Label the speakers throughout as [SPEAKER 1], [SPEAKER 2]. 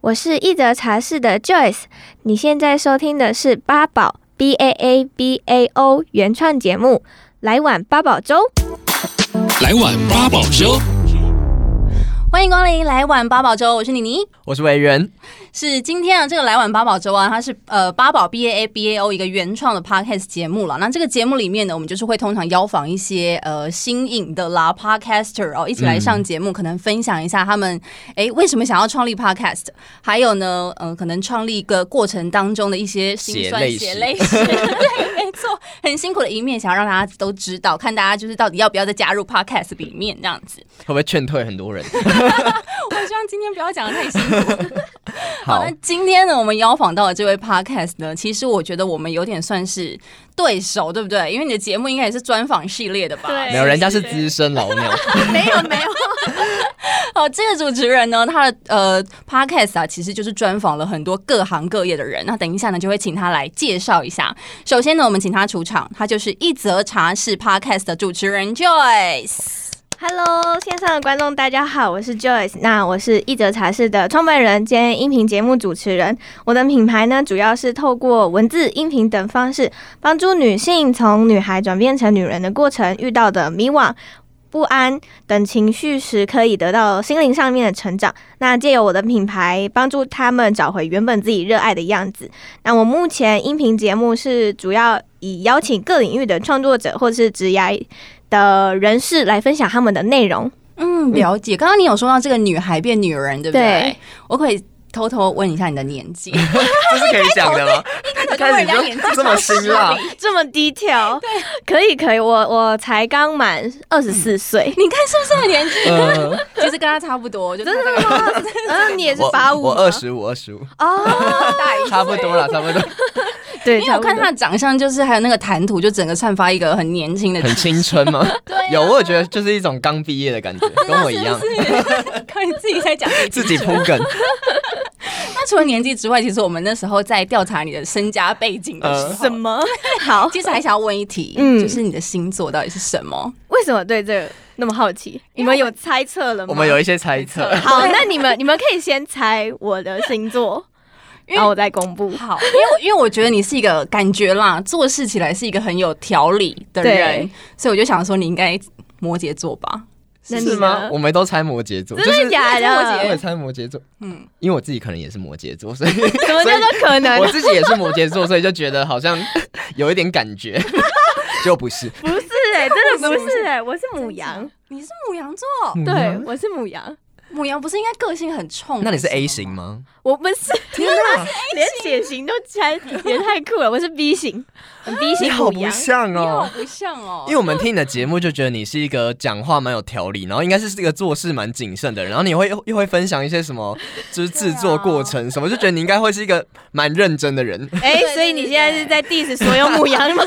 [SPEAKER 1] 我是一则茶室的 Joyce，你现在收听的是八宝 B A A B A O 原创节目，来碗八宝粥。
[SPEAKER 2] 来碗八宝粥。
[SPEAKER 3] 欢迎光临来碗八宝粥，我是妮妮。
[SPEAKER 4] 我是委员，
[SPEAKER 3] 是今天啊，这个来碗八宝粥啊，它是呃八宝 B A A B A O 一个原创的 podcast 节目了。那这个节目里面呢，我们就是会通常邀访一些呃新颖的啦 podcaster 哦，一起来上节目，可能分享一下他们哎为什么想要创立 podcast，还有呢，呃，可能创立一个过程当中的一些辛酸血
[SPEAKER 4] 血
[SPEAKER 3] 泪
[SPEAKER 4] 泪
[SPEAKER 3] 史， 对，没错，很辛苦的一面，想要让大家都知道，看大家就是到底要不要再加入 podcast 里面这样子。
[SPEAKER 4] 会不会劝退 很多人？
[SPEAKER 3] 我希望今天不要讲的太辛苦。好，那今天呢，我们邀访到的这位 podcast 呢，其实我觉得我们有点算是对手，对不对？因为你的节目应该也是专访系列的吧？
[SPEAKER 1] 哎对
[SPEAKER 4] 没有，人家是资深 老鸟，
[SPEAKER 3] 没有没有。哦，这个主持人呢，他的呃 podcast 啊，其实就是专访了很多各行各业的人。那等一下呢，就会请他来介绍一下。首先呢，我们请他出场，他就是一则茶室 podcast 的主持人 Joyce。
[SPEAKER 1] Hello，线上的观众大家好，我是 Joyce，那我是一则茶室的创办人兼音频节目主持人。我的品牌呢，主要是透过文字、音频等方式，帮助女性从女孩转变成女人的过程遇到的迷惘。不安等情绪时，可以得到心灵上面的成长。那借由我的品牌，帮助他们找回原本自己热爱的样子。那我目前音频节目是主要以邀请各领域的创作者或是职涯的人士来分享他们的内容。
[SPEAKER 3] 嗯，了解。刚刚你有说到这个女孩变女人，对不对？
[SPEAKER 1] 对
[SPEAKER 3] 我可以偷偷问一下你的年 纪，一
[SPEAKER 4] 这是可以讲的吗？
[SPEAKER 3] 开始就问人家年纪
[SPEAKER 4] 始就这么啊辛辣，
[SPEAKER 1] 这么低调， 对，可以可以，我我才刚满二十四岁，
[SPEAKER 3] 你看是不是很年纪？
[SPEAKER 4] 嗯，
[SPEAKER 3] 其实跟她差不多，就真的
[SPEAKER 1] 嗯，你也是
[SPEAKER 4] 我
[SPEAKER 1] 八五，啊
[SPEAKER 4] 我二十五，二十五，
[SPEAKER 1] 哦，
[SPEAKER 3] 大一。
[SPEAKER 4] 差不 多了，差不多，
[SPEAKER 1] 对，
[SPEAKER 3] 因为我看
[SPEAKER 1] 差
[SPEAKER 3] 她的长相，就是还有那个谈吐，就整个散发一个很年轻的
[SPEAKER 4] 很
[SPEAKER 3] 气
[SPEAKER 4] 青春吗？
[SPEAKER 3] 对啊
[SPEAKER 4] 有，我觉得就是一种刚毕业的 感觉，跟我一样，
[SPEAKER 3] 质。看你自己在讲自己
[SPEAKER 4] 自己铺 梗，
[SPEAKER 3] 那除了年纪之外，其实我们那时候在调查你的身家背景的
[SPEAKER 1] 不
[SPEAKER 3] 时候，
[SPEAKER 1] 多呃什么 好？
[SPEAKER 3] 其实还想要问一题，
[SPEAKER 1] 嗯
[SPEAKER 3] 就是你的星座到底是什么？
[SPEAKER 1] 为什么对这个那么好奇？你们有猜测了吗？
[SPEAKER 4] 我们有一些猜测，
[SPEAKER 1] 好，那你们你们可以先猜我的星 座，
[SPEAKER 3] 因为
[SPEAKER 1] 然后我再公布。
[SPEAKER 3] 好，因为我因为我觉得你是一个感觉啦，做事起来是一个很有条理的人
[SPEAKER 1] 对，
[SPEAKER 3] 所以我就想说你应该摩羯座吧。
[SPEAKER 1] 那你
[SPEAKER 4] 是吗
[SPEAKER 1] 呢？？
[SPEAKER 4] 我们都猜摩羯座，就
[SPEAKER 1] 真
[SPEAKER 4] 是
[SPEAKER 1] 的假
[SPEAKER 3] 摩
[SPEAKER 4] 我也
[SPEAKER 1] 的
[SPEAKER 3] 羯？
[SPEAKER 4] 猜摩羯座，
[SPEAKER 3] 嗯，
[SPEAKER 4] 因为我自己可能也是摩羯座，所以
[SPEAKER 1] 什么叫做可能
[SPEAKER 4] 我？自己也是摩羯座，所以就觉得好像有一点感 觉，就不是，
[SPEAKER 1] 不是哎，真的不是哎，我是母羊，
[SPEAKER 3] 你是母羊座，
[SPEAKER 1] 对，我是母羊，
[SPEAKER 3] 母羊不是应该个性很冲？
[SPEAKER 4] 那你是 A
[SPEAKER 3] 嗯什么
[SPEAKER 4] 型
[SPEAKER 3] 吗？
[SPEAKER 4] 吗？
[SPEAKER 1] 我不 是，
[SPEAKER 4] 天哪，
[SPEAKER 1] 连血型都猜，也太酷了。我是 B 型，B
[SPEAKER 4] 你
[SPEAKER 1] 型
[SPEAKER 4] 好
[SPEAKER 1] 母
[SPEAKER 4] 不
[SPEAKER 1] 羊。
[SPEAKER 4] 像
[SPEAKER 3] 你好
[SPEAKER 4] 哦。
[SPEAKER 3] 不像哦，
[SPEAKER 4] 因为我们听你的节目就觉得你是一个讲话蛮有条理，然后应该是是一个做事蛮谨慎的人，然后你会又又会分享一些什么，就是制作过程什么，就觉得你应该会是一个蛮认真的人。
[SPEAKER 1] 哎
[SPEAKER 3] 对，
[SPEAKER 1] 所以你现在是在 diss 所有母羊吗？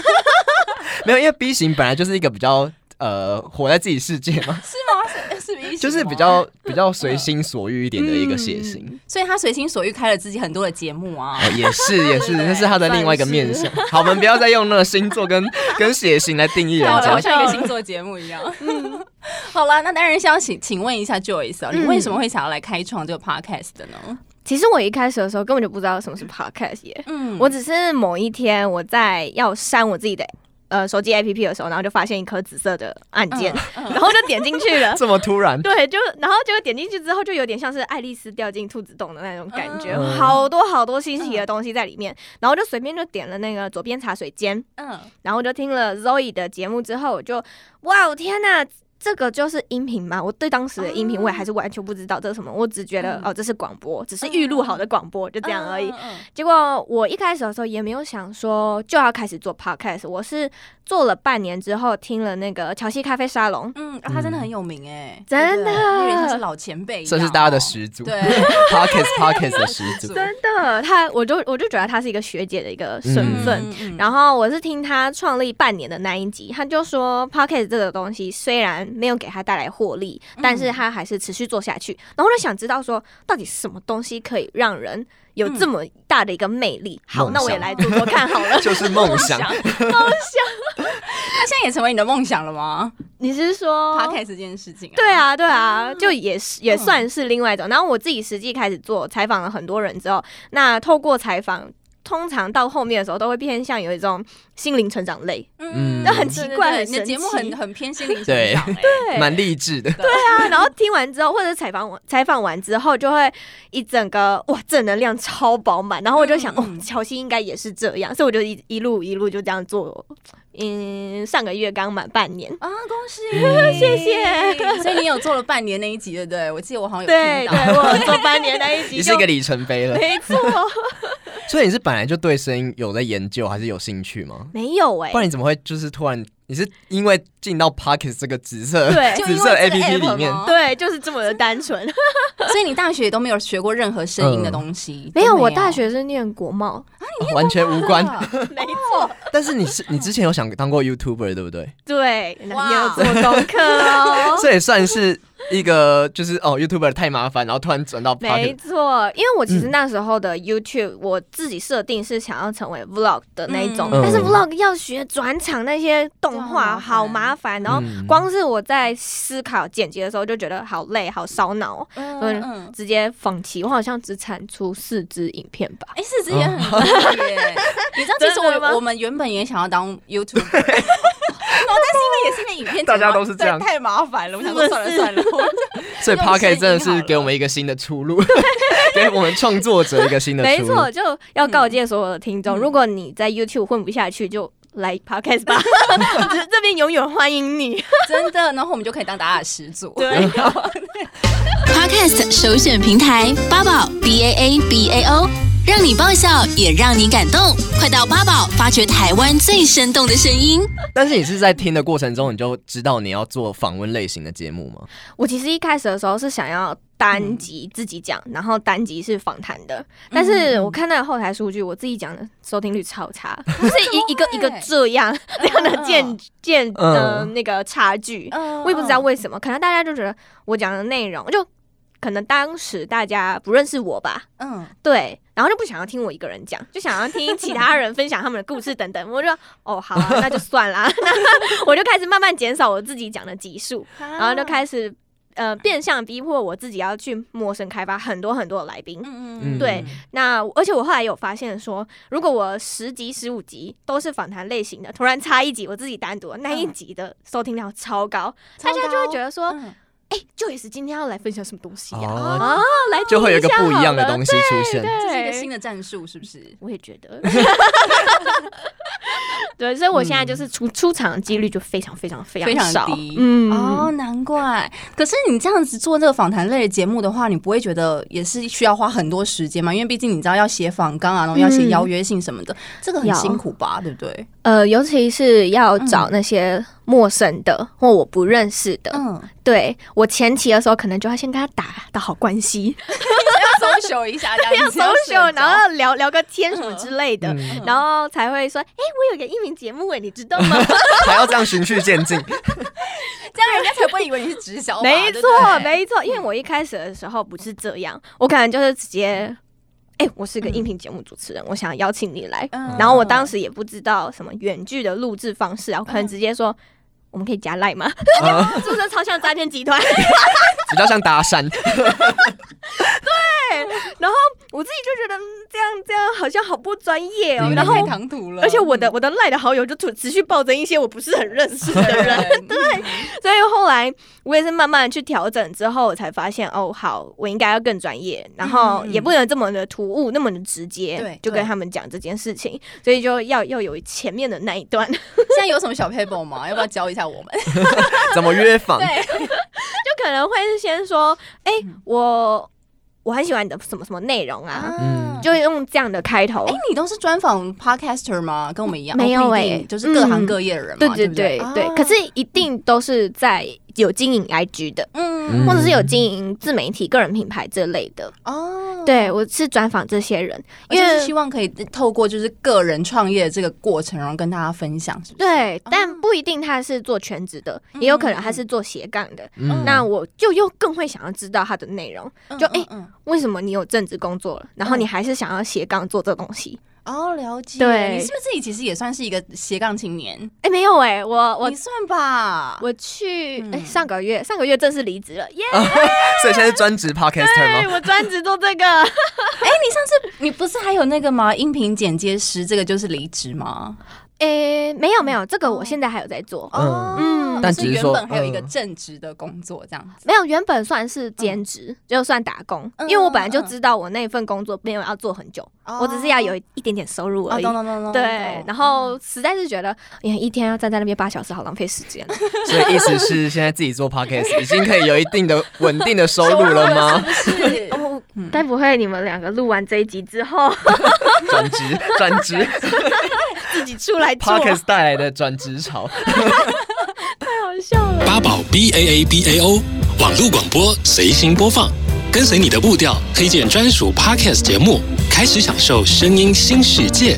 [SPEAKER 4] 没有，因为 B 型本来就是一个比较呃活在自己世界嘛，
[SPEAKER 3] 是吗？是是 A 型吗，嗯
[SPEAKER 4] 就是比较比较随心所欲一点的一个血型。
[SPEAKER 3] 所以他随心所欲开了自己很多的节目啊。
[SPEAKER 4] 哦，也是也是，
[SPEAKER 3] 对
[SPEAKER 4] 那是他的另外一个面相。好，我们不要再用那个星座跟 跟血型来定义人
[SPEAKER 3] 对
[SPEAKER 1] 好
[SPEAKER 3] 好
[SPEAKER 4] 家
[SPEAKER 1] 了。
[SPEAKER 3] 像一个星座节目一样。 嗯好啦，那当然是要请请问一下 Joyce，、啊，你
[SPEAKER 1] 嗯
[SPEAKER 3] 为什么会想要来开创这个 podcast 的呢？
[SPEAKER 1] 其实我一开始的时候根本就不知道什么是 podcast 耶，
[SPEAKER 3] 嗯
[SPEAKER 1] 我只是某一天我在要删我自己的呃手机 APP 的时候，然后就发现一颗紫色的按
[SPEAKER 3] 嗯
[SPEAKER 1] 键， 然后就点进去 了。
[SPEAKER 4] 这么突然，
[SPEAKER 1] 对，就然后就点进去之后，就有点像是爱丽丝掉进兔子洞的那种感觉，
[SPEAKER 4] 嗯
[SPEAKER 1] 好多好多新奇的东西在里面。然后就随便就点了那个左边茶水间，
[SPEAKER 3] 嗯，
[SPEAKER 1] 然后就听了 Zoe 的节目之后，我就哇，天呐，这个就是音频吗？我对当时的音频我也还是完全不知道这是什么，我只觉得、
[SPEAKER 3] 嗯
[SPEAKER 1] 哦，这是广播，只是预录好的广播，就这样而已。
[SPEAKER 3] 嗯。嗯
[SPEAKER 1] 结果我一开始的时候也没有想说就要开始做 podcast，我是做了半年之后听了那个乔西咖啡沙龙，
[SPEAKER 3] 嗯，啊他真的很有名哎、
[SPEAKER 1] 真
[SPEAKER 3] 对不对
[SPEAKER 1] 的
[SPEAKER 3] 他有点像是老前辈一样哦，
[SPEAKER 4] 算是大家的始 祖。
[SPEAKER 3] 对
[SPEAKER 4] Pockets Pockets 的始祖，
[SPEAKER 1] 真的，他我就我就觉得他是一个学姐的一个身份。
[SPEAKER 3] 嗯嗯嗯
[SPEAKER 1] 然后我是听他创立半年的那一集，他就说 p o c k e t 这个东西虽然没有给他带来获利，但是他还是持续做下去。然后我就想知道说，到底什么东西可以让人有这么大的一个魅力？好，
[SPEAKER 4] 梦
[SPEAKER 1] 那我也
[SPEAKER 4] 想。
[SPEAKER 1] 来做做看好了
[SPEAKER 4] 就是梦想。
[SPEAKER 3] 他现在也成为你的梦想了吗？
[SPEAKER 1] 你是说
[SPEAKER 3] podcast 这件事情啊。
[SPEAKER 1] 哦对啊，对啊，就也是也算是另外一种。然后我自己实际开始做采访了很多人之后，那透过采访，通常到后面的时候都会偏向有一种心灵成长类。
[SPEAKER 4] 嗯
[SPEAKER 1] 就很
[SPEAKER 3] 对对
[SPEAKER 1] 奇怪
[SPEAKER 3] 对
[SPEAKER 1] 很
[SPEAKER 3] 你的
[SPEAKER 1] 神
[SPEAKER 3] 节目
[SPEAKER 1] 奇
[SPEAKER 3] 很很偏心灵成
[SPEAKER 4] 对
[SPEAKER 3] 长欸。
[SPEAKER 1] 对
[SPEAKER 4] 蛮励志的。
[SPEAKER 1] 对啊，然后听完之后，或者采访完采访完之后，就会一整个哇正能量超饱满。然后我就想，
[SPEAKER 3] 嗯
[SPEAKER 1] 哦，乔西应该也是这样，所以我就一一路一路就这样做。嗯，上个月刚满半年。，
[SPEAKER 3] 啊，恭喜
[SPEAKER 1] 谢 谢。
[SPEAKER 3] 所以你有做了半年那一集，对不对？我记得我好像有
[SPEAKER 1] 对
[SPEAKER 3] 听
[SPEAKER 1] 对，
[SPEAKER 3] 到。
[SPEAKER 1] 我有做半年那一集
[SPEAKER 4] 你
[SPEAKER 1] 就是
[SPEAKER 4] 一个里程碑了，
[SPEAKER 1] 没错，
[SPEAKER 4] 所以你是本来就对声音有在研究，还是有兴趣吗？
[SPEAKER 1] 没有哎、
[SPEAKER 4] 不然你怎么会就是突然你是因为进到 Pockets 这个紫色
[SPEAKER 1] 对
[SPEAKER 3] 就
[SPEAKER 4] 紫
[SPEAKER 3] 因
[SPEAKER 4] 色
[SPEAKER 3] 为
[SPEAKER 4] A
[SPEAKER 3] 这个
[SPEAKER 4] P P 里
[SPEAKER 3] app
[SPEAKER 4] 面，
[SPEAKER 3] 吗？
[SPEAKER 1] 对，就是这么的单纯。
[SPEAKER 3] 所以你大学都没有学过任何声
[SPEAKER 4] 嗯
[SPEAKER 3] 音的东西？
[SPEAKER 1] 没有，
[SPEAKER 3] 都
[SPEAKER 1] 我大学是念国贸，
[SPEAKER 4] 哦完全无关。
[SPEAKER 1] 没错，
[SPEAKER 4] 但是你是你之前有想当过 YouTuber 对不对？
[SPEAKER 1] 对，你
[SPEAKER 3] 哇
[SPEAKER 1] 要做功课 哦。
[SPEAKER 4] 这也算是一个就是哦 YouTuber 太麻烦，然后突然转到
[SPEAKER 1] 没
[SPEAKER 4] Pocket。
[SPEAKER 1] 错，因为我
[SPEAKER 4] 嗯
[SPEAKER 1] 其实那时候的 YouTube，、我自己设定是想要成为 Vlog 的那一种，
[SPEAKER 4] 嗯
[SPEAKER 1] 但是 Vlog 要学转场那些动画，好
[SPEAKER 3] 对好
[SPEAKER 1] 麻
[SPEAKER 3] 麻
[SPEAKER 1] 烦。然后
[SPEAKER 4] 嗯
[SPEAKER 1] 光是我在思考剪辑的时候，就觉得好累，好烧脑，
[SPEAKER 3] 嗯
[SPEAKER 1] 嗯
[SPEAKER 3] 嗯，
[SPEAKER 1] 直接放弃。我好像只产出四支影片吧。
[SPEAKER 3] 哎，四肢也很厉害 耶。你知道，其实
[SPEAKER 1] 哦真的吗
[SPEAKER 3] 我我们原本也想要当 YouTube。然后，但是因为也是因为影片剪
[SPEAKER 4] 大家
[SPEAKER 3] 完
[SPEAKER 4] 都是这
[SPEAKER 3] 对
[SPEAKER 4] 样
[SPEAKER 3] 太麻烦了。我想说
[SPEAKER 1] 是不
[SPEAKER 3] 算了
[SPEAKER 1] 是
[SPEAKER 3] 算了， 我
[SPEAKER 4] 所以
[SPEAKER 3] 用声音
[SPEAKER 4] Pocket 真的
[SPEAKER 3] 好
[SPEAKER 4] 是
[SPEAKER 3] 了
[SPEAKER 4] 给我们一个新的出路， 给我们创作者一个新的
[SPEAKER 1] 没
[SPEAKER 4] 出路。
[SPEAKER 1] 错，就要告诫所有的听众，
[SPEAKER 3] 嗯
[SPEAKER 1] 如果你在 YouTube 混不下去，就来 Podcast 吧，这这边永远欢迎你。
[SPEAKER 3] 真的，然后我们就可以当打打始祖。
[SPEAKER 1] 对
[SPEAKER 5] Podcast 首选平台八宝 B A A B A O，让你爆笑也让你感动。快到八宝发掘台湾最生动的声音。
[SPEAKER 4] 但是你是在听的过程中，你就知道你要做访问类型的节目
[SPEAKER 3] 哦
[SPEAKER 4] 吗？
[SPEAKER 1] 我其实一开始的时候是想要单集自己
[SPEAKER 3] 嗯
[SPEAKER 1] 讲，然后单集是访谈的，但是我看那个后台数据，我自己讲的收听率超 差，就是一一个一个这样这样的渐渐的
[SPEAKER 4] 嗯
[SPEAKER 1] 那个差距，
[SPEAKER 3] 嗯
[SPEAKER 1] 我也不知道
[SPEAKER 3] 嗯
[SPEAKER 1] 为什么，可能大家就觉得我讲的内容就。可能当时大家不认识我吧，
[SPEAKER 3] 嗯，
[SPEAKER 1] 对，然后就不想要听我一个人讲，就想要听其他人分享他们的故事等等。我就哦，好、啊，那就算啦。那 我就开始慢慢减少我自己讲的集数，然
[SPEAKER 3] 啊
[SPEAKER 1] 后就开始呃变相逼迫我自己要去陌生开发很多很多的来宾。
[SPEAKER 3] 嗯
[SPEAKER 4] 嗯
[SPEAKER 3] 嗯，
[SPEAKER 1] 对，那而且我后来有发现说，如果我十集、十五集都是访谈类型的，突然插一集我自己单独的那一
[SPEAKER 3] 嗯
[SPEAKER 1] 集的收听量超高，
[SPEAKER 3] 超
[SPEAKER 1] 大家就会觉得说，
[SPEAKER 3] 嗯
[SPEAKER 1] 哎、就也是今天要来分享什么东西呀、啊？
[SPEAKER 4] 哦，
[SPEAKER 1] 啊，来
[SPEAKER 4] 就会有一
[SPEAKER 1] 听
[SPEAKER 4] 个
[SPEAKER 1] 下
[SPEAKER 4] 不一样的
[SPEAKER 1] 好了
[SPEAKER 4] 东西出现。
[SPEAKER 3] 这是一个
[SPEAKER 1] 对
[SPEAKER 3] 新的战术，是不是？
[SPEAKER 1] 我也觉 得。对，所以我现在
[SPEAKER 4] 嗯
[SPEAKER 1] 就是出、出场的几率就非常非常非
[SPEAKER 3] 非常
[SPEAKER 1] 少，
[SPEAKER 3] 低
[SPEAKER 1] 嗯，
[SPEAKER 3] 哦，难怪。可是你这样子做这个访谈类的节目的话，你不会觉得也是需要花很多时间吗？因为毕竟你知道要写访纲啊，然后要写邀约信什么的，这个很
[SPEAKER 1] 要
[SPEAKER 3] 辛苦吧？对不对？
[SPEAKER 1] 呃，尤其是要
[SPEAKER 3] 嗯
[SPEAKER 1] 找那些陌生的、或我不认识的，
[SPEAKER 3] 嗯，
[SPEAKER 1] 对我前期的时候可能就要先跟他打打好关系，
[SPEAKER 3] 要 social 一下，这样 子
[SPEAKER 1] 搜秀，
[SPEAKER 3] 然
[SPEAKER 1] 然
[SPEAKER 3] 后
[SPEAKER 1] 后聊聊个天什么之类的，
[SPEAKER 4] 嗯
[SPEAKER 1] 然后才会说，哎、我有个音频节目哎，你知道吗？
[SPEAKER 4] 还要这样循序渐进。
[SPEAKER 3] 这样人家才不会以为你是直 销吧。
[SPEAKER 1] 没
[SPEAKER 3] 哦对
[SPEAKER 1] 错
[SPEAKER 3] 不对，
[SPEAKER 1] 没错，因为我一开始的时候不是这样，我可能就是直接，哎、我是个音频节目主持人，我想邀请你来，
[SPEAKER 3] 嗯嗯
[SPEAKER 1] 然后我当时也不知道什么远距的录制方式啊，我可能直接说。我们可以加赖吗？
[SPEAKER 4] 啊
[SPEAKER 1] 是不是超像诈骗集团？
[SPEAKER 4] 比较像搭 讪，
[SPEAKER 1] 我自己就觉得嗯这样这样好像好不专业哦
[SPEAKER 4] 嗯。
[SPEAKER 1] 然后
[SPEAKER 3] 太，唐突了，
[SPEAKER 1] 而且我的我的赖的好友就持持续暴增一些我不是很认 识的人，
[SPEAKER 3] 人对
[SPEAKER 1] 所以后来我也是慢慢去调整之后，我才发现哦，好，我应该要更专业，然后
[SPEAKER 3] 嗯
[SPEAKER 1] 也不能这么的突兀，那么的直接，
[SPEAKER 3] 对
[SPEAKER 1] 就跟
[SPEAKER 3] 对
[SPEAKER 1] 他们讲这件事情，所以就要要有前面的那一 段，就
[SPEAKER 3] 现在有什么小 paper 吗？要不要教一下我们？
[SPEAKER 4] 怎么约访？
[SPEAKER 3] 对，
[SPEAKER 1] 可能会是先说，哎、
[SPEAKER 3] 嗯
[SPEAKER 1] 我我很喜欢你的什么什么内容啊，
[SPEAKER 4] 嗯
[SPEAKER 1] 就用这样的开头。
[SPEAKER 3] 哎，你都是专访 podcaster 吗？跟我们一样？
[SPEAKER 1] 没有
[SPEAKER 3] 哦不一
[SPEAKER 1] 欸
[SPEAKER 3] 定就是各行各业的人嘛。
[SPEAKER 1] 对对
[SPEAKER 3] 对不
[SPEAKER 1] 对对，
[SPEAKER 3] 啊
[SPEAKER 1] 可是一定都是在有经营 IG 的，
[SPEAKER 3] 嗯
[SPEAKER 1] 或者是有经营自媒体、个人品牌这类的。
[SPEAKER 3] 哦，
[SPEAKER 1] 对我是专访这些人，因
[SPEAKER 3] 因
[SPEAKER 1] 为
[SPEAKER 3] 为哦希望可以透过就是个人创业这个过程，然后跟大家分享，是不是？
[SPEAKER 1] 对，但
[SPEAKER 3] 哦嗯
[SPEAKER 1] 不一定他是做全职的，也有可能他是做斜杠的。
[SPEAKER 4] 嗯
[SPEAKER 1] 那我就又更会想要知道他的内容，
[SPEAKER 3] 嗯
[SPEAKER 1] 就哎
[SPEAKER 3] 嗯嗯
[SPEAKER 1] 为什么你有正职工作了，然后
[SPEAKER 3] 嗯
[SPEAKER 1] 你还是想要斜杠做这东西？
[SPEAKER 3] 哦，了解。
[SPEAKER 1] 对
[SPEAKER 3] 你是不是自己其实也算是一个斜杠青年？
[SPEAKER 1] 哎，没有哎，我我
[SPEAKER 3] 你算吧。
[SPEAKER 1] 我去，哎，
[SPEAKER 3] 嗯哦
[SPEAKER 1] 上个月上个月正式离职了，耶！
[SPEAKER 4] 所以现在是专职 podcaster
[SPEAKER 1] 对
[SPEAKER 4] 吗？
[SPEAKER 1] 我专职做这个，
[SPEAKER 3] 你不是还有那个吗？音频剪接师这个就是离职吗？
[SPEAKER 1] 哎，没有没有，这个我现在还有在做，
[SPEAKER 4] 嗯，
[SPEAKER 1] 嗯，
[SPEAKER 4] 但
[SPEAKER 3] 所
[SPEAKER 4] 只
[SPEAKER 3] 以
[SPEAKER 4] 是
[SPEAKER 3] 哦原
[SPEAKER 4] 说
[SPEAKER 3] 本还有一个
[SPEAKER 4] 嗯
[SPEAKER 3] 正职的工作这样子。
[SPEAKER 1] 没有，原本算是兼职，就算打工，
[SPEAKER 3] 嗯
[SPEAKER 1] 因为我本来就
[SPEAKER 3] 嗯嗯
[SPEAKER 1] 知道我那份工作没有要做很久，
[SPEAKER 3] 哦
[SPEAKER 1] 我只是要有一点点收入而
[SPEAKER 3] 啊，
[SPEAKER 1] 已。
[SPEAKER 3] 懂懂懂懂。
[SPEAKER 1] 对
[SPEAKER 3] 懂，
[SPEAKER 1] 然后实在是觉得，哎呀，一天要站在那边八小时，好浪费时间。啊
[SPEAKER 4] 所以意思是现在自己做 podcast 已经可以有一定的稳定的收入 了吗？
[SPEAKER 3] 是
[SPEAKER 1] 哦， 该不会你们两个录完这一集之后
[SPEAKER 4] 转职，转职
[SPEAKER 1] 自己出来 做？
[SPEAKER 4] podcast 带来的转职潮。
[SPEAKER 1] 好笑了。
[SPEAKER 2] 八宝 B A A B A O 网络广播随心播放，跟随你的步调，推荐专属 Podcast 节目，开始享受声音新世界。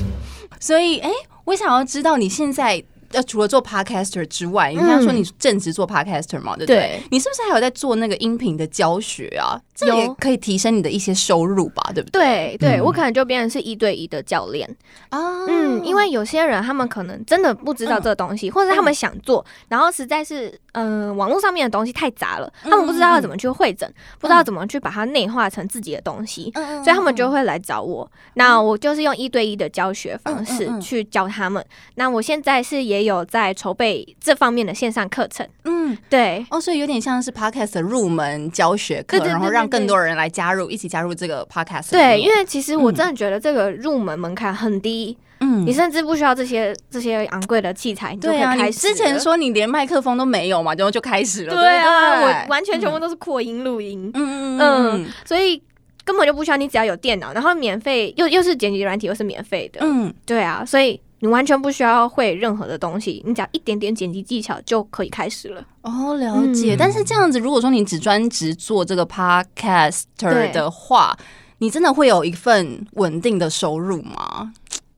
[SPEAKER 3] 所以，哎、我想要知道你现在。呃，除了做 podcaster 之外，人家说你正职做 podcaster 嘛，对不
[SPEAKER 1] 嗯
[SPEAKER 3] 对？
[SPEAKER 1] 对
[SPEAKER 3] 你是不是还有在做那个音频的教学啊？这个也
[SPEAKER 1] 有
[SPEAKER 3] 可以提升你的一些收入吧，对不对？
[SPEAKER 1] 对对，我可能就变成是一对一的教练，
[SPEAKER 3] 啊
[SPEAKER 1] 嗯，因为有些人他们可能真的不知
[SPEAKER 3] 嗯
[SPEAKER 1] 道这个东西，或者是他们想做，然后实在是嗯、呃网络上面的东西太杂了，
[SPEAKER 3] 嗯
[SPEAKER 1] 他们不知道要怎么去会诊，不知道怎么去把它内化成自己的东西，
[SPEAKER 3] 嗯
[SPEAKER 1] 所以他们就会来找我。那我就是用一对一的教学方
[SPEAKER 3] 嗯嗯
[SPEAKER 1] 式
[SPEAKER 3] 嗯
[SPEAKER 1] 去教他们。那我现在是也有在筹备这方面的线上课程，
[SPEAKER 3] 嗯，
[SPEAKER 1] 对。
[SPEAKER 3] 哦，所以有点像是 podcast 的入门教学课，
[SPEAKER 1] 对对对
[SPEAKER 3] 然后让
[SPEAKER 1] 对对
[SPEAKER 3] 更多人来加入，一起加入这个 podcast 里面。
[SPEAKER 1] 对，因为其实我真的觉得这个入门门槛很低，
[SPEAKER 3] 嗯
[SPEAKER 1] 你甚至不需要这些这些昂贵的器材，你就可以
[SPEAKER 3] 对啊，
[SPEAKER 1] 开
[SPEAKER 3] 你
[SPEAKER 1] 始
[SPEAKER 3] 之前
[SPEAKER 1] 了
[SPEAKER 3] 说你连麦克风都没有嘛，然后就开始了。
[SPEAKER 1] 对啊，
[SPEAKER 3] 不
[SPEAKER 1] 我完全全部都是扩音录音，
[SPEAKER 3] 嗯嗯
[SPEAKER 1] 嗯
[SPEAKER 3] 嗯
[SPEAKER 1] 所以根本就不需要，你只要有电脑，然后免费又又是剪辑软体，又是免费的，
[SPEAKER 3] 嗯，
[SPEAKER 1] 对啊，所以你完全不需要会任何的东西，你只要一点点剪辑技巧就可以开始了。
[SPEAKER 3] 哦，了解。
[SPEAKER 1] 嗯
[SPEAKER 3] 但是这样子，如果说你只专职做这个 podcaster
[SPEAKER 1] 对
[SPEAKER 3] 的话，你真的会有一份稳定的收入吗？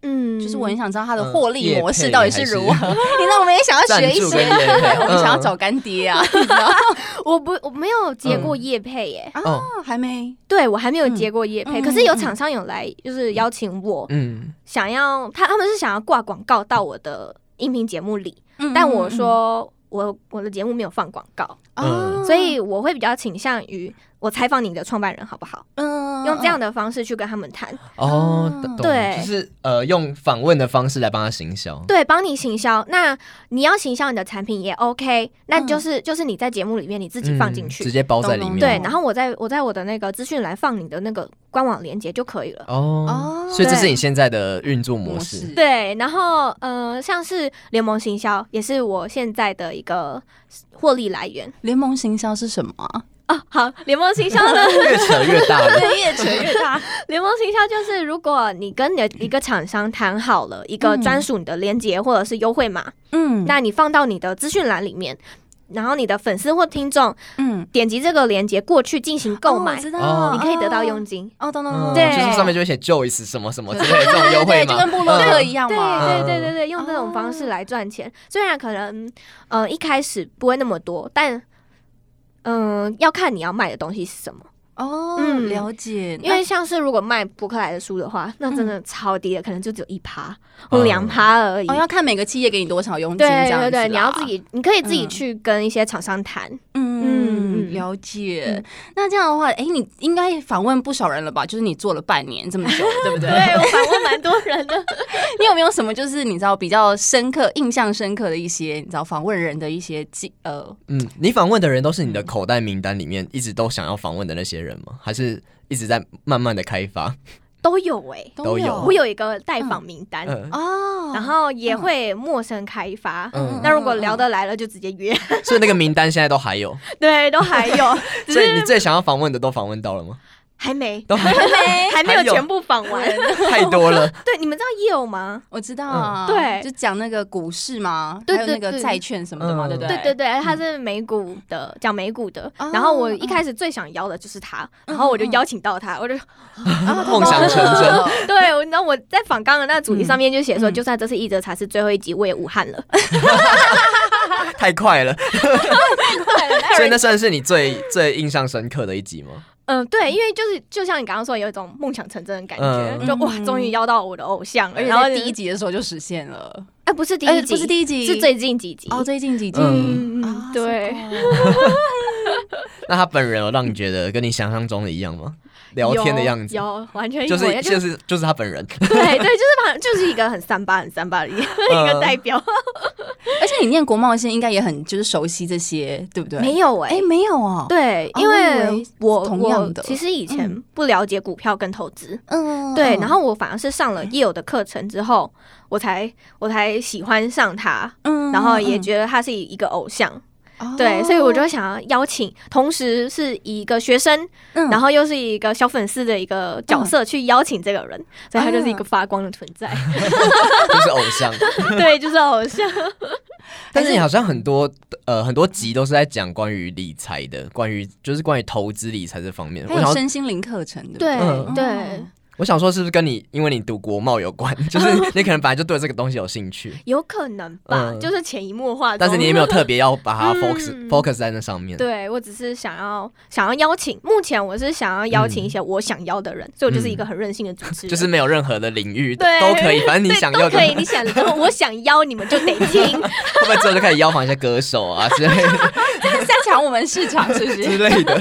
[SPEAKER 1] 嗯，
[SPEAKER 3] 就是我很想知道它的
[SPEAKER 4] 嗯
[SPEAKER 3] 获利模式到底是如何。
[SPEAKER 4] 业
[SPEAKER 3] 你那我们也想要学一
[SPEAKER 4] 赞助跟
[SPEAKER 3] 些，
[SPEAKER 4] 业 配
[SPEAKER 3] 对，我们
[SPEAKER 4] 嗯
[SPEAKER 3] 想要找干爹啊，你知道
[SPEAKER 1] 嗯 我不我没有接过
[SPEAKER 3] 嗯
[SPEAKER 1] 业配耶，
[SPEAKER 4] 哦，
[SPEAKER 3] 吗还没。
[SPEAKER 1] 对我还没有接过业配，
[SPEAKER 3] 嗯
[SPEAKER 1] 可是有厂商有来就是邀请我，
[SPEAKER 4] 嗯，
[SPEAKER 1] 想要他他们是想要挂广告到我的音频节目里，
[SPEAKER 3] 嗯
[SPEAKER 1] 但我，说我我的节目没有放广告，
[SPEAKER 3] 嗯嗯
[SPEAKER 1] 所以我会比较倾向于我采访你的创办人好不好？
[SPEAKER 3] 嗯
[SPEAKER 1] 用这样
[SPEAKER 3] 的，
[SPEAKER 1] 的方式去跟他们谈，
[SPEAKER 4] 哦，懂，
[SPEAKER 1] 对
[SPEAKER 4] 就是呃，用访问的方式来帮他行销。
[SPEAKER 1] 对，帮你行销。那你要行销你的产品也 OK，那就是、就是你在节目里面你自己放进
[SPEAKER 4] 嗯直
[SPEAKER 1] 去，
[SPEAKER 4] 接包在里
[SPEAKER 3] 懂
[SPEAKER 4] 面。
[SPEAKER 3] 懂
[SPEAKER 1] 对，然后我在我在我的那个资讯栏放你的那个官网链接就可以了。
[SPEAKER 4] 哦，
[SPEAKER 3] 哦
[SPEAKER 4] 所以这是
[SPEAKER 1] 对
[SPEAKER 4] 你现在的运作模
[SPEAKER 3] 模
[SPEAKER 4] 式。
[SPEAKER 3] 式
[SPEAKER 1] 对，然后呃，像是联盟行销也是我现在的一个获利来源
[SPEAKER 3] 联盟行销是什么啊？
[SPEAKER 1] 哦。好，联盟行销呢，
[SPEAKER 4] 越扯越大了。
[SPEAKER 3] 对，越扯越大。
[SPEAKER 1] 联盟行销就是如果你跟你的一个厂商谈好了一个
[SPEAKER 3] 嗯
[SPEAKER 1] 专属你的链接或者是优惠码，
[SPEAKER 3] 嗯，
[SPEAKER 1] 那你放到你的资讯栏里面，然后你的粉丝或听众
[SPEAKER 3] 嗯，
[SPEAKER 1] 点击这个链接过去进行购
[SPEAKER 3] 哦
[SPEAKER 1] 买
[SPEAKER 3] 我，知
[SPEAKER 4] 哦
[SPEAKER 3] 道，
[SPEAKER 1] 你可以得到佣金。
[SPEAKER 3] 哦。哦，懂懂
[SPEAKER 4] 嗯
[SPEAKER 3] 懂，
[SPEAKER 1] 对
[SPEAKER 4] 就是上面就会写 Joyce 什么什么之类的这种优
[SPEAKER 3] 对，
[SPEAKER 4] 惠
[SPEAKER 3] 就
[SPEAKER 4] 嘛
[SPEAKER 3] 跟。部落客
[SPEAKER 4] 嗯
[SPEAKER 3] 一样
[SPEAKER 1] 对
[SPEAKER 3] 嘛。
[SPEAKER 1] 对对对对，用这种方式来赚钱，虽然可能呃一开始不会那么多，但嗯、呃要看你要卖的东西是什么。
[SPEAKER 3] 哦，
[SPEAKER 1] 嗯
[SPEAKER 3] 了解，
[SPEAKER 1] 因为像是如果卖伯克莱的书的话，那真的超低的，可能就只有一趴
[SPEAKER 4] 嗯
[SPEAKER 1] 或两趴而已。
[SPEAKER 3] 嗯那哦要看每个企业给你多少佣金，
[SPEAKER 1] 对
[SPEAKER 3] 这
[SPEAKER 1] 对
[SPEAKER 3] 样子啦啊
[SPEAKER 1] 对，你要自，己，你可以自己
[SPEAKER 3] 嗯
[SPEAKER 1] 去跟一些厂商谈。嗯
[SPEAKER 3] 嗯，
[SPEAKER 1] 嗯
[SPEAKER 3] 了解
[SPEAKER 1] 嗯。
[SPEAKER 3] 那这样的话，哎，你应该访问不少人了吧？就是你做了半年这么 久，对不 对？
[SPEAKER 1] 我访问蛮多人的，
[SPEAKER 3] 你有没有什么就是你知道比较深刻、印象深刻的一些你知道访问人的一些记呃？
[SPEAKER 4] 嗯，你访问的人都是你的口袋名单里面一直都想要访问的那些人吗？还是一直在慢慢的开发？
[SPEAKER 1] 都有哎、
[SPEAKER 4] 都有
[SPEAKER 1] 我有一个待访名单，
[SPEAKER 4] 嗯，
[SPEAKER 3] 哦，
[SPEAKER 1] 然后也会陌生开发。
[SPEAKER 4] 嗯
[SPEAKER 1] 那如果聊得来了，就直接约。
[SPEAKER 4] 所以那个名单现在都还有。
[SPEAKER 1] 对，都还有，只
[SPEAKER 4] 所以你
[SPEAKER 1] 是
[SPEAKER 4] 最想要访问的都访问到了吗？
[SPEAKER 1] 还没，
[SPEAKER 4] 都 还
[SPEAKER 1] 还没有
[SPEAKER 4] 还有
[SPEAKER 1] 全部访完。
[SPEAKER 4] 太多了。
[SPEAKER 1] 对，你们知道 Yale 吗？
[SPEAKER 3] 我知道
[SPEAKER 1] 嗯
[SPEAKER 3] 啊，
[SPEAKER 1] 对
[SPEAKER 3] 就讲那个股市嘛，
[SPEAKER 1] 对
[SPEAKER 3] 还有那
[SPEAKER 1] 对
[SPEAKER 3] 个
[SPEAKER 1] 对
[SPEAKER 3] 债券什么的嘛，
[SPEAKER 4] 嗯
[SPEAKER 3] 对不
[SPEAKER 1] 对对对，他是美股的，讲美股的。
[SPEAKER 3] 哦
[SPEAKER 1] 然后我一开始最想邀的就是他，然后我就邀请到他，我就
[SPEAKER 3] 啊
[SPEAKER 4] 梦想成真。
[SPEAKER 1] 对，我然后我在访纲的那主题上面就写说，
[SPEAKER 3] 嗯
[SPEAKER 1] 就算这是一则茶是最后一集，我也无憾了。
[SPEAKER 4] 太快了，所以那算是你最最印象深刻的一集吗？
[SPEAKER 1] 嗯，对，因为就是就像你刚刚说，有一种梦想成真的感觉，
[SPEAKER 4] 嗯
[SPEAKER 1] 就哇，终于邀到我的偶像了，
[SPEAKER 3] 而且
[SPEAKER 1] 然后
[SPEAKER 3] 在第一
[SPEAKER 1] 集，
[SPEAKER 3] 集的时候就实现了，
[SPEAKER 1] 哎，不是第
[SPEAKER 3] 哎
[SPEAKER 1] 一集，
[SPEAKER 3] 不是第一集，
[SPEAKER 1] 是最近几集，
[SPEAKER 3] 哦最近几集，
[SPEAKER 4] 嗯
[SPEAKER 1] 嗯
[SPEAKER 3] 啊
[SPEAKER 1] 嗯，对，
[SPEAKER 4] 那他本人有让你觉得跟你想象中的一样吗？聊天的样子，
[SPEAKER 1] 有有完全一模
[SPEAKER 4] 就
[SPEAKER 1] 一
[SPEAKER 4] 是
[SPEAKER 1] 样，就
[SPEAKER 4] 就是就是他本 人。
[SPEAKER 1] 对对，就是把就是一个很三八很三八的一个
[SPEAKER 4] 嗯
[SPEAKER 1] 一个代表，
[SPEAKER 3] 而且你念国贸线应该也很就是熟悉这些，对不对？
[SPEAKER 1] 没有哎
[SPEAKER 3] 哎，没有哦，
[SPEAKER 1] 对，
[SPEAKER 3] 哦
[SPEAKER 1] 因
[SPEAKER 3] 我以
[SPEAKER 1] 为
[SPEAKER 3] 为是
[SPEAKER 1] 我
[SPEAKER 3] 同样的
[SPEAKER 1] 我其实以前
[SPEAKER 3] 嗯
[SPEAKER 1] 不了解股票跟投资，
[SPEAKER 3] 嗯
[SPEAKER 1] 对，然后我反而是上了 Yale 的课程之后，我才我才喜欢上他，
[SPEAKER 3] 嗯
[SPEAKER 1] 然后也觉得他是一个偶像，
[SPEAKER 3] 嗯
[SPEAKER 1] 对，
[SPEAKER 3] 哦
[SPEAKER 1] 所以我就想要邀请，同时是一个学生，
[SPEAKER 3] 嗯
[SPEAKER 1] 然后又是一个小粉丝的一个角色去邀请这个人，所以他就是一个发光的存在，
[SPEAKER 4] 就是偶像。
[SPEAKER 1] 对，就是偶像。
[SPEAKER 4] 但是你好像很多呃很多集都是在讲关于理财的，关于就是关于投资理财这方面。我
[SPEAKER 3] 哦还
[SPEAKER 4] 想
[SPEAKER 3] 有
[SPEAKER 4] 要
[SPEAKER 3] 身心灵课程，对不
[SPEAKER 1] 对
[SPEAKER 3] 对？
[SPEAKER 4] 嗯
[SPEAKER 1] 对，
[SPEAKER 4] 我想说是不是跟你因为你读国贸 有关？就是你可能本来就对这个东西有兴趣，
[SPEAKER 1] 有可能吧，
[SPEAKER 4] 嗯
[SPEAKER 1] 就是潜移默化中。
[SPEAKER 4] 但是你也没有特别要把它 focus、
[SPEAKER 1] 嗯
[SPEAKER 4] focus 在那上面。
[SPEAKER 1] 对我只是想要想要邀请，目前我是想要邀请一些我想要的人，所以我就是一个很任性的主持人，
[SPEAKER 4] 嗯就是没有任何的领域都
[SPEAKER 1] 对
[SPEAKER 4] 都可以，反正你
[SPEAKER 1] 对
[SPEAKER 4] 想要
[SPEAKER 1] 都
[SPEAKER 4] 就
[SPEAKER 1] 可以，你想我想邀你们就得听，
[SPEAKER 4] 会不会之后就开始邀访一些歌手啊之类 的
[SPEAKER 3] 在抢我们市场 是不
[SPEAKER 4] 之
[SPEAKER 3] 是？
[SPEAKER 4] 类的？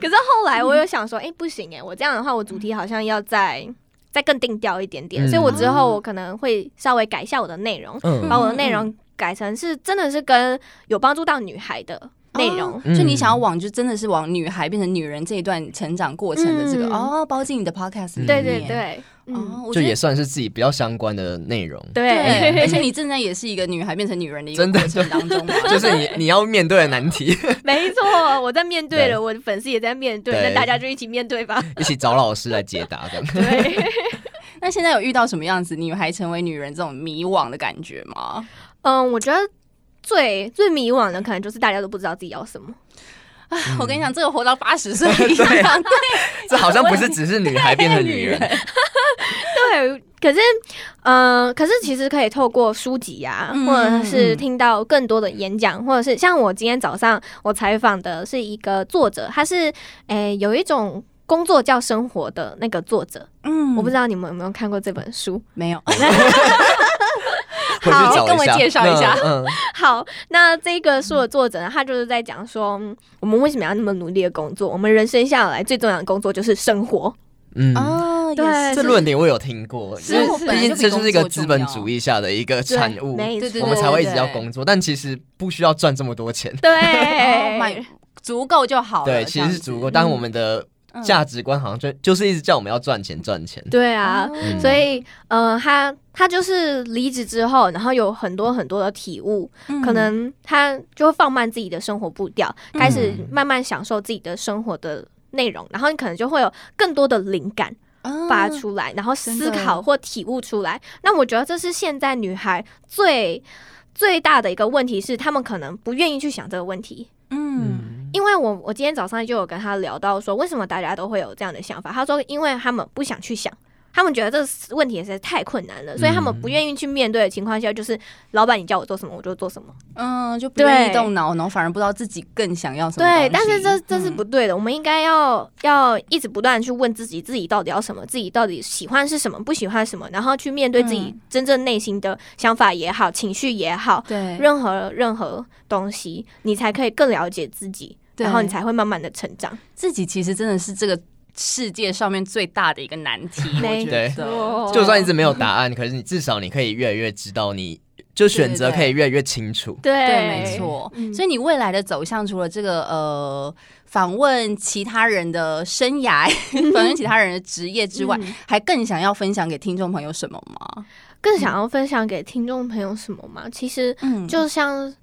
[SPEAKER 1] 可是后来我又想说，哎、不行哎，我这样的话，我主题好像要再再更定调一点点，
[SPEAKER 4] 嗯
[SPEAKER 1] 所以我之后我可能会稍微改一下我的内容，把
[SPEAKER 4] 嗯，
[SPEAKER 1] 我的内容改成是真的是跟有帮助到女孩的内容。
[SPEAKER 3] 哦
[SPEAKER 4] 嗯
[SPEAKER 3] 就你想要往就真的是往女孩变成女人这一段成长过程的这个
[SPEAKER 1] 嗯
[SPEAKER 3] 哦，包进你的 podcast
[SPEAKER 4] 嗯
[SPEAKER 3] 里面
[SPEAKER 1] 对对，对，嗯，
[SPEAKER 3] 哦，我
[SPEAKER 4] 就
[SPEAKER 3] 觉
[SPEAKER 4] 也
[SPEAKER 3] 得
[SPEAKER 4] 算是自己比较相关的内容。
[SPEAKER 1] 对
[SPEAKER 3] 对，而且你正在也是一个女孩变成女人的一个
[SPEAKER 4] 真的
[SPEAKER 3] 过程当中嘛，
[SPEAKER 4] 就是你你要面对的难题，
[SPEAKER 1] 没错，我在面对
[SPEAKER 4] 对
[SPEAKER 1] 了，我的粉丝也在面对，
[SPEAKER 4] 对
[SPEAKER 1] 那大家就一起面 对吧。
[SPEAKER 4] 一起找老师来解答这样。
[SPEAKER 1] 对，
[SPEAKER 3] 那现在有遇到什么样子女孩成为女人这种迷惘的感觉吗？
[SPEAKER 1] 嗯，我觉得最最迷惘的可能就是大家都不知道自己要什么。
[SPEAKER 3] 我跟你讲，这个活到八 十岁一样，对，
[SPEAKER 4] 嗯啊这好像不是只是女孩变成女 人，
[SPEAKER 1] 对， 可是，呃，可是其实可以透过书籍呀、
[SPEAKER 3] 嗯
[SPEAKER 1] 或者是听到更多的演讲，或者是像我今天早上我采访的是一个作者，他是诶、有一种。工作叫生活的那个作者，
[SPEAKER 3] 嗯
[SPEAKER 1] 我不知道你们有没有看过这本书。
[SPEAKER 3] 没有，
[SPEAKER 4] 回去找一下，
[SPEAKER 3] 跟我介绍一下
[SPEAKER 4] 嗯，嗯
[SPEAKER 1] 好，那这个书的作者呢，他就是在讲说，嗯我们为什么要那么努力的工作？我们人生下来最重要的工作就是生活。
[SPEAKER 4] 嗯
[SPEAKER 3] 哦，也
[SPEAKER 1] 对
[SPEAKER 3] 是
[SPEAKER 4] 这论点我有听过，
[SPEAKER 3] 是
[SPEAKER 4] 因为
[SPEAKER 3] 我本来
[SPEAKER 4] 毕竟
[SPEAKER 3] 就比
[SPEAKER 4] 这就是一个
[SPEAKER 3] 工作
[SPEAKER 4] 资本
[SPEAKER 3] 重要
[SPEAKER 4] 主义下的一个产物，
[SPEAKER 1] 没
[SPEAKER 3] 对对
[SPEAKER 1] 错，
[SPEAKER 4] 我们才会一直要
[SPEAKER 3] 对
[SPEAKER 4] 工作，但其实不需要赚这么多钱。
[SPEAKER 3] 哦
[SPEAKER 1] 对，
[SPEAKER 3] 买足够就好了，
[SPEAKER 4] Oh 对，其实是足够，但我们的
[SPEAKER 3] 嗯
[SPEAKER 4] 价值观好像就就是一直叫我们要赚钱赚钱。
[SPEAKER 1] 对
[SPEAKER 3] 哦
[SPEAKER 1] 啊，
[SPEAKER 4] 嗯
[SPEAKER 1] 所以，呃，他他就是离职之后，然后有很多很多的体悟，
[SPEAKER 3] 嗯
[SPEAKER 1] 可能他就会放慢自己的生活步调，开始
[SPEAKER 4] 嗯
[SPEAKER 1] 慢慢享受自己的生活的内容，然后你可能就会有更多的灵感发出来，然后思
[SPEAKER 3] 嗯真的
[SPEAKER 1] 考或体悟出来。那我觉得这是现在女孩最最大的一个问题是，她们可能不愿意去想这个问题。
[SPEAKER 3] 嗯，
[SPEAKER 4] 嗯，
[SPEAKER 1] 因为我我今天早上就有跟他聊到说，为什么大家都会有这样的想法？他说，因为他们不想去想，他们觉得这个问题实在太困难了，所以他们不愿意去面对的情况下，就是老板你叫我做什么我就做什么。
[SPEAKER 3] 嗯，就不愿意
[SPEAKER 1] 对
[SPEAKER 3] 动脑，然后反而不知道自己更想要什么东西。
[SPEAKER 1] 对，
[SPEAKER 3] 嗯
[SPEAKER 1] 但是这这是不对的，我们应该要要一直不断地去问自己，自己到底要什么，自己到底喜欢是什么，不喜欢什么，然后去面对自己
[SPEAKER 3] 嗯
[SPEAKER 1] 真正内心的想法也好，情绪也好。
[SPEAKER 3] 对，
[SPEAKER 1] 任何任何东西，你才可以更了解自己，
[SPEAKER 3] 对
[SPEAKER 1] 然后你才会慢慢的成长。
[SPEAKER 3] 自己其实真的是这个世界上面最大的一个难题，
[SPEAKER 1] 没
[SPEAKER 3] 我觉得。
[SPEAKER 1] 错
[SPEAKER 4] 就算一直没有答案，可是你至少你可以越来越知道你。就选择
[SPEAKER 3] 对对对
[SPEAKER 4] 可以越来越清楚，
[SPEAKER 1] 对，嗯
[SPEAKER 3] 对，没错。所以你未来的走向，除了这个呃访问其他人的生涯、 访问其他人的职业之外，
[SPEAKER 1] 嗯
[SPEAKER 3] 还更想要分享给听众朋友什么吗？
[SPEAKER 1] 更想要分享给听众朋友什么吗？其实
[SPEAKER 3] 嗯
[SPEAKER 1] 就像，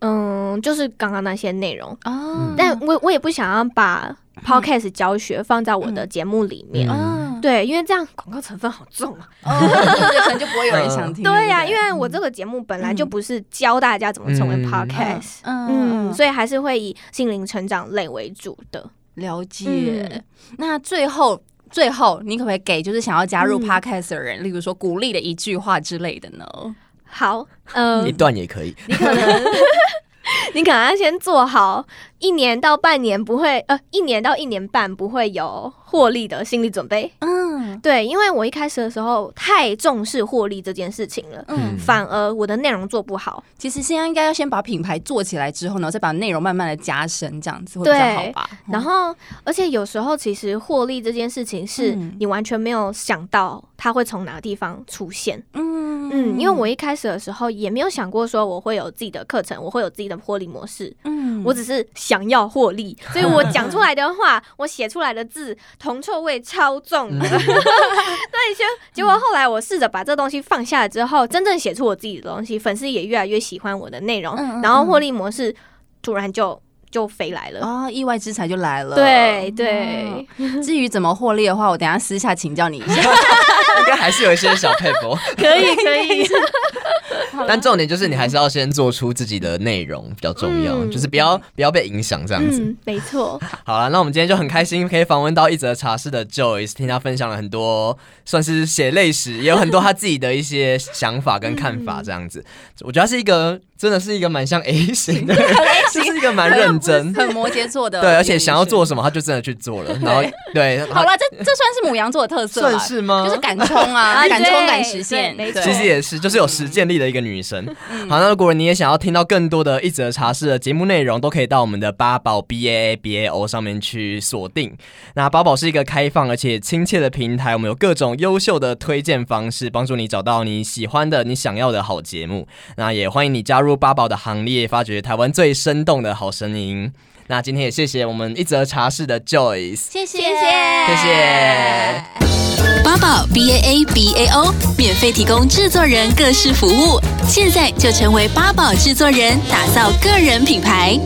[SPEAKER 1] 嗯，就是刚刚那些内容，
[SPEAKER 3] 啊
[SPEAKER 1] 哦但我我也不想要把 podcast 教学放在我的节目里面。
[SPEAKER 3] 啊，
[SPEAKER 1] 对，因为这样广告成分好重啊！
[SPEAKER 3] 哦 对对，可能就不会有人想 听。
[SPEAKER 1] 对嗯呀、
[SPEAKER 3] 不
[SPEAKER 1] 因为我这个节目本来就不是教大家怎么成为
[SPEAKER 4] 嗯
[SPEAKER 1] podcast，
[SPEAKER 3] 嗯
[SPEAKER 1] 嗯，所以还是会以心灵成长类为主的。
[SPEAKER 3] 了
[SPEAKER 1] 嗯
[SPEAKER 3] 解。那最后。最后，你可不可以给就是想要加入
[SPEAKER 1] 嗯
[SPEAKER 3] podcast 的人，例如说鼓励的一句话之类的呢？
[SPEAKER 1] 好，嗯、
[SPEAKER 4] 一段也可以。
[SPEAKER 1] 你可能你可能要先做好一年到半年不会，呃，一年到一年半不会有获利的心理准备。
[SPEAKER 3] 嗯
[SPEAKER 1] 对，因为我一开始的时候太重视获利这件事情了，
[SPEAKER 3] 嗯，
[SPEAKER 1] 反而我的内容做不好。
[SPEAKER 3] 其实现在应该要先把品牌做起来之后呢，再把内容慢慢的加深，这样子会比较好吧？
[SPEAKER 1] 然后，而且有时候其实获利这件事情是
[SPEAKER 3] 嗯
[SPEAKER 1] 你完全没有想到它会从哪个地方出现。
[SPEAKER 3] 嗯
[SPEAKER 1] 嗯，因为我一开始的时候也没有想过说我会有自己的课程，我会有自己的获利模式。
[SPEAKER 3] 嗯
[SPEAKER 1] 我只是想要获 利，所以我讲出来的 话，我写出来的字铜臭味超重 的。对，就结果后来我试着把这东西放下了之后，真正写出我自己的东西，粉丝也越来越喜欢我的内容，
[SPEAKER 3] 嗯嗯
[SPEAKER 1] 然后获利模式突然就就飞来了。
[SPEAKER 3] 啊、意外之财就来了。
[SPEAKER 1] 对对，
[SPEAKER 3] 嗯， 至于怎么获利的话，我等一下私下请教你一下。
[SPEAKER 4] 应该还是有一些小配博，
[SPEAKER 1] 可以可以，
[SPEAKER 4] 但重点就是你还是要先做出自己的内容比较重要，
[SPEAKER 1] 嗯
[SPEAKER 4] 就是不要不要被影响这样 子。
[SPEAKER 1] 嗯，没错，
[SPEAKER 4] 好了，那我们今天就很开心，可以访问到一则茶室的 Joyce，听他分享了很多算是血泪史，也有很多他自己的一些想法跟看法这样子。我觉得他是一个真的是一个蛮像 A 型的人，就是一个蛮认真，
[SPEAKER 3] 很摩羯座的，
[SPEAKER 4] 对，而且想要做。什么他就真的去做了，然后 对，
[SPEAKER 3] 好了，这这算是母羊座的特色
[SPEAKER 4] 算
[SPEAKER 3] 吧，
[SPEAKER 4] 是吗？
[SPEAKER 3] 就是敢冲啊，
[SPEAKER 1] 啊
[SPEAKER 3] 敢冲
[SPEAKER 1] 对
[SPEAKER 3] 敢实现，
[SPEAKER 1] 对没
[SPEAKER 3] 对嗯
[SPEAKER 1] 错
[SPEAKER 4] 其实也是，就是有实践力的一个女生。好，那如果你也想要听到更多的一则茶室的节目内容，都可以到我们的八宝 B A A B A O 上面去锁定。那八宝是一个开放而且亲切的平台，我们有各种优秀的推荐方式，帮助你找到你喜欢的、你想要的好节目。那也欢迎你加入八宝的行列，发掘台湾最生动的好声音。那今天也谢谢我们一则茶室的 Joyce，
[SPEAKER 3] 谢谢
[SPEAKER 1] 谢谢
[SPEAKER 4] 谢谢。
[SPEAKER 5] 八宝 B A A B A O 免费提供制作人各式服务，现在就成为八宝制作人，打造个人品牌。